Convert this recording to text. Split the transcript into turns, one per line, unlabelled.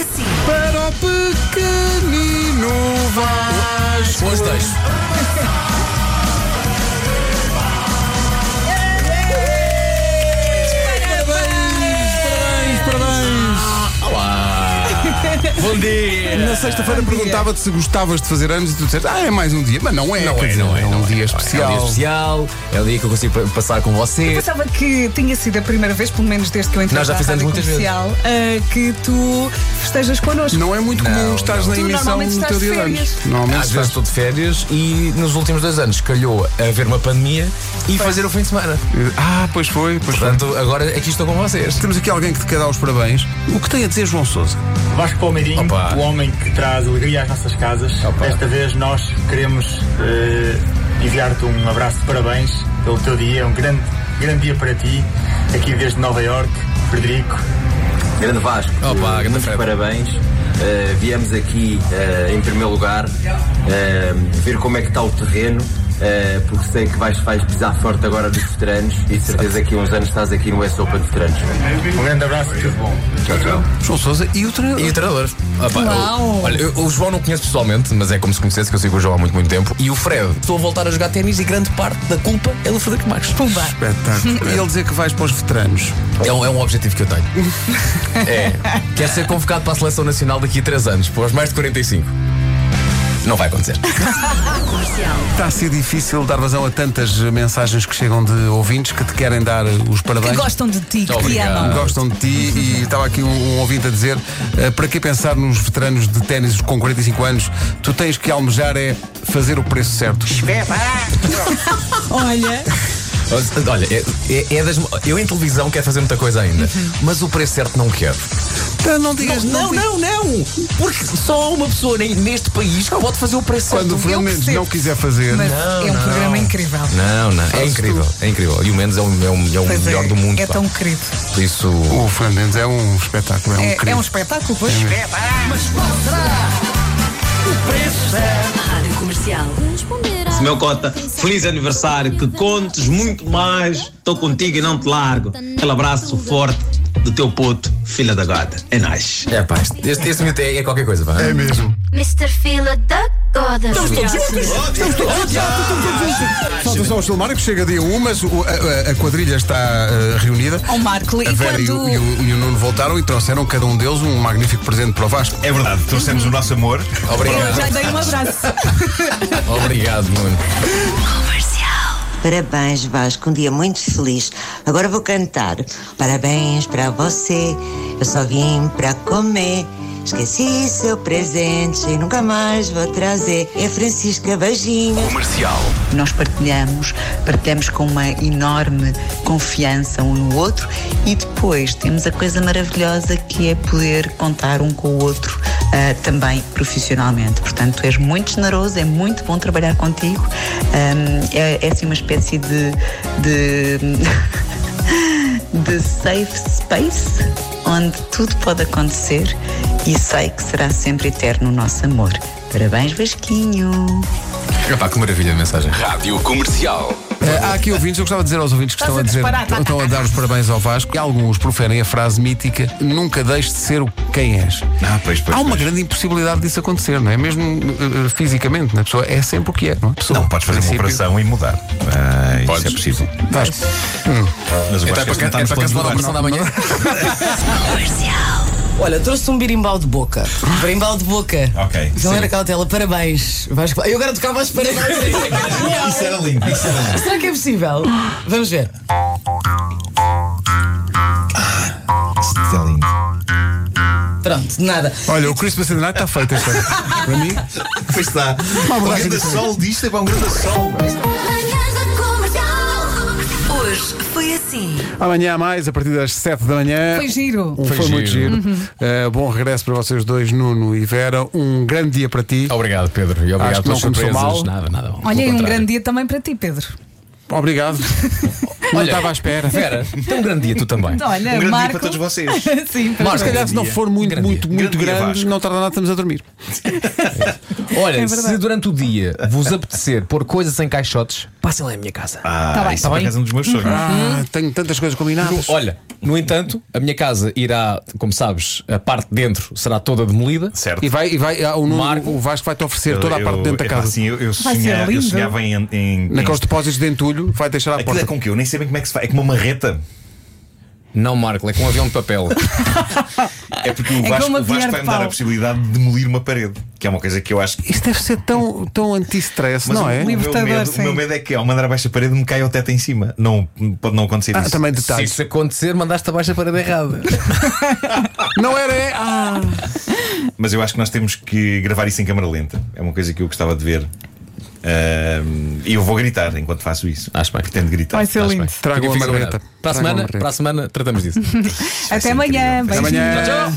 assim.
Bom dia!
Na sexta-feira perguntava-te se gostavas de fazer anos e tu disseste, ah, é mais um dia. Mas não é,
Não
quer
é,
dizer,
não é.
É
não
um dia
É um dia
especial.
especial, é o dia que eu consigo pa- passar com você.
Pensava que tinha sido a primeira vez, pelo menos desde que eu entrei
Nós já
para a
fizemos
rádio
muitas
comercial, ah, que tu festejas connosco.
Não é muito comum
Não,
estás
não.
na
Tu
emissão
normalmente
no
estás
teu
de
dia de anos.
férias.
Normalmente
Às vezes
estás.
estou de férias e nos últimos dois anos calhou haver uma pandemia e fazer o fim de semana.
Ah, pois foi, pois foi.
Portanto, agora aqui estou com vocês.
Temos aqui alguém que te quer dar os parabéns. O que tem a dizer João Sousa?
Vasco Palmeirinho,
Opa.
o homem que traz alegria às nossas casas.
Opa.
Desta vez nós queremos eh, enviar-te um abraço de parabéns pelo teu dia, um grande, grande dia para ti, aqui desde Nova York, Frederico.
Grande Vasco,
Opa,
eh,
grande
muitos
Fred.
parabéns. Eh, viemos aqui eh, em primeiro lugar eh, ver como é que está o terreno, eh, porque sei que vais, vais pisar forte agora dos veteranos e de certeza que há uns anos estás aqui no S Open Veteranos.
Um grande abraço e tudo bom.
Tchau, tchau.
Então, João Sousa e o treinador.
E o treinador. Opa,
Uau.
eu- olha, eu- o João não conheço pessoalmente, mas é como se conhecesse, que eu sigo o João há muito, muito tempo. E o Fred. Estou a voltar a jogar ténis e grande parte da culpa é do Frederico Marques.
Pumba.
Espetáculo. Ele dizer que vais para os veteranos.
É um, é um objetivo que eu tenho. é. Quero ser convocado para a seleção nacional daqui a 3 anos, para os mais de 45. Não vai acontecer.
Está a ser difícil dar vazão a tantas mensagens que chegam de ouvintes que te querem dar os
Que
parabéns.
gostam de ti, que te
Obrigado.
amam.
Gostam de ti e estava aqui um, um ouvinte a dizer eh, para que pensar nos veteranos de ténis com 45 anos, tu tens que almejar é fazer o preço certo.
Olha,
Olha, é, é- é das, eu em televisão quero fazer muita coisa ainda,
Uhum.
mas o preço certo não quero.
Então, não digas
Não,
digas-
não, não! Porque só há uma pessoa ne- neste país que pode fazer o preço
Quando o
certo.
Fernando Mendes
percebo.
não quiser fazer,
mas é um
não.
programa incrível.
Não, não, é
Fazes
incrível, é incrível. E o Mendes é o, é o- é o
Pois
melhor
é,
do mundo.
é
pá.
tão querido.
Por isso.
o Fernando Mendes é um espetáculo, é um
É,
querido.
é um espetáculo, pois.
Rádio Comercial.
Meu cota, feliz aniversário, que contes muito mais. Estou contigo e não te largo. Aquele abraço forte do teu puto, filha da gata. É nice.
É pá, este- este, este minuto é, é qualquer coisa, pá.
É mesmo.
Mr. Fila da Goda.
Falta só o Gilmário que chega dia 1, mas o- a, a- a quadrilha está eh, reunida.
Ao Marco,
A
e
Vera e, o,
quando.
e o- e o Nuno voltaram e trouxeram cada um deles um magnífico presente para o Vasco.
É verdade, trouxemos o nosso amor.
Eu
Obrigado,
já dei um abraço.
obrigado, Nuno.
Parabéns, Vasco, um dia muito feliz. Agora vou cantar. Parabéns para você, eu só vim para comer. Esqueci seu presente e nunca mais vou trazer. É Francisca Beijinho.
nós partilhamos, partilhamos com uma enorme confiança um no outro e depois temos a coisa maravilhosa que é poder contar um com o outro ah, também profissionalmente. Portanto, tu és muito generoso, é muito bom trabalhar contigo, Ahm, é, é assim uma espécie de. de, de safe space onde tudo pode acontecer e sei que será sempre eterno o nosso amor. Parabéns, Vasquinho!
Epá, que maravilha de mensagem.
Rádio Comercial.
Eh, há aqui ouvintes, eu gostava de dizer aos ouvintes que estão a, dizer,
disparar, tá, tá,
estão a dar os parabéns ao Vasco, que alguns proferem a frase mítica: nunca deixes de ser o quem és.
Ah, pois, pois.
Há uma
pois.
grande impossibilidade disso acontecer, não é? Mesmo eh, fisicamente, na pessoa é sempre o que é, não é? Pessoa,
Não, podes fazer uma
princípio.
operação e mudar. Ah, Isso é possível.
Vasco,
Mas o
Então
Vasco
é
não está
para, é
nos
para
planos de
cancelar a
mudar.
operação da manhã?
Olha, trouxe-te um birimbau de boca. Birimbau de boca.
Ok,
Então
sim.
era cautela, parabéns. Vasco. Eu agora tocava mais parabéns.
Isso era lindo, isso era lindo.
Será que é possível? Vamos ver.
Isso é lindo.
Pronto, nada.
Olha, o Christmas in the Night está feito esta. Para mim,
Pois está. Um
abordagem
grande sol disto é para um grande sol.
Manhãs da Comercial.
Hoje foi assim.
amanhã a mais, a partir das 7 da manhã. Um
Foi giro.
Foi, muito giro. Eh, bom regresso para vocês dois, Nuno e Vera. Um grande dia para ti.
Obrigado, Pedro. E obrigado
Acho que não
pelas
começou
surpresas.
mal.
Nada, nada.
Olha,
Pelo
e um
contrário.
grande dia também para ti, Pedro.
Obrigado. Não
Olha,
estava à espera.
Vera, tem um grande dia tu também.
Então, Olha,
Um grande dia
Marco.
para todos vocês.
Sim, para
Mas se calhar se não
dia.
for muito,
Grande
muito,
dia.
muito
Grande dia,
grande,
Vasco.
não tarda nada, estamos a dormir.
Olha,
É verdade.
se durante o dia vos apetecer pôr coisas em caixotes, passem lá em minha casa.
Tá
Ah,
bem.
isso é
Tá
para
bem.
casa um dos meus sonhos.
Ah, tenho tantas coisas combinadas.
Olha, no entanto, a minha casa irá, como sabes, a parte de dentro será toda demolida.
Certo.
E vai, e vai ah, o, Nuno-
Marco.
o Vasco vai-te oferecer toda a parte dentro
é
da
epá,
casa.
Assim, eu, eu,
Vai ser
sonhava,
lindo.
eu sonhava em. em, em
Naqueles depósitos de entulho, vai deixar à
Aquilo é
porta.
com que eu nem sei bem como é que se faz. É com uma marreta.
Não, Marco, é com um avião de papel.
É porque o
É
Vasco,
como
o Vasco
aviar
vai
de
me dar
pau.
a possibilidade de demolir uma parede, que é uma coisa que eu acho que.
Isto deve ser tão, tão anti-stress, não
o,
é?
o meu medo, o meu medo é que ao mandar abaixo a parede me caia o teto em cima. Não, pode não acontecer
Ah,
isso.
também detalhes.
Se acontecer, mandaste abaixo a parede errada.
Não era. é? Ah.
Mas eu acho que nós temos que gravar isso em câmara lenta. É uma coisa que eu gostava de ver. Ahm, E eu vou gritar enquanto faço isso.
Acho bem.
Pretendo gritar. Acho bem.
Fica combinado. Para a semana, para a semana tratamos disso.
Até amanhã.
Até
Beijinhos.
amanhã. Tchau, tchau.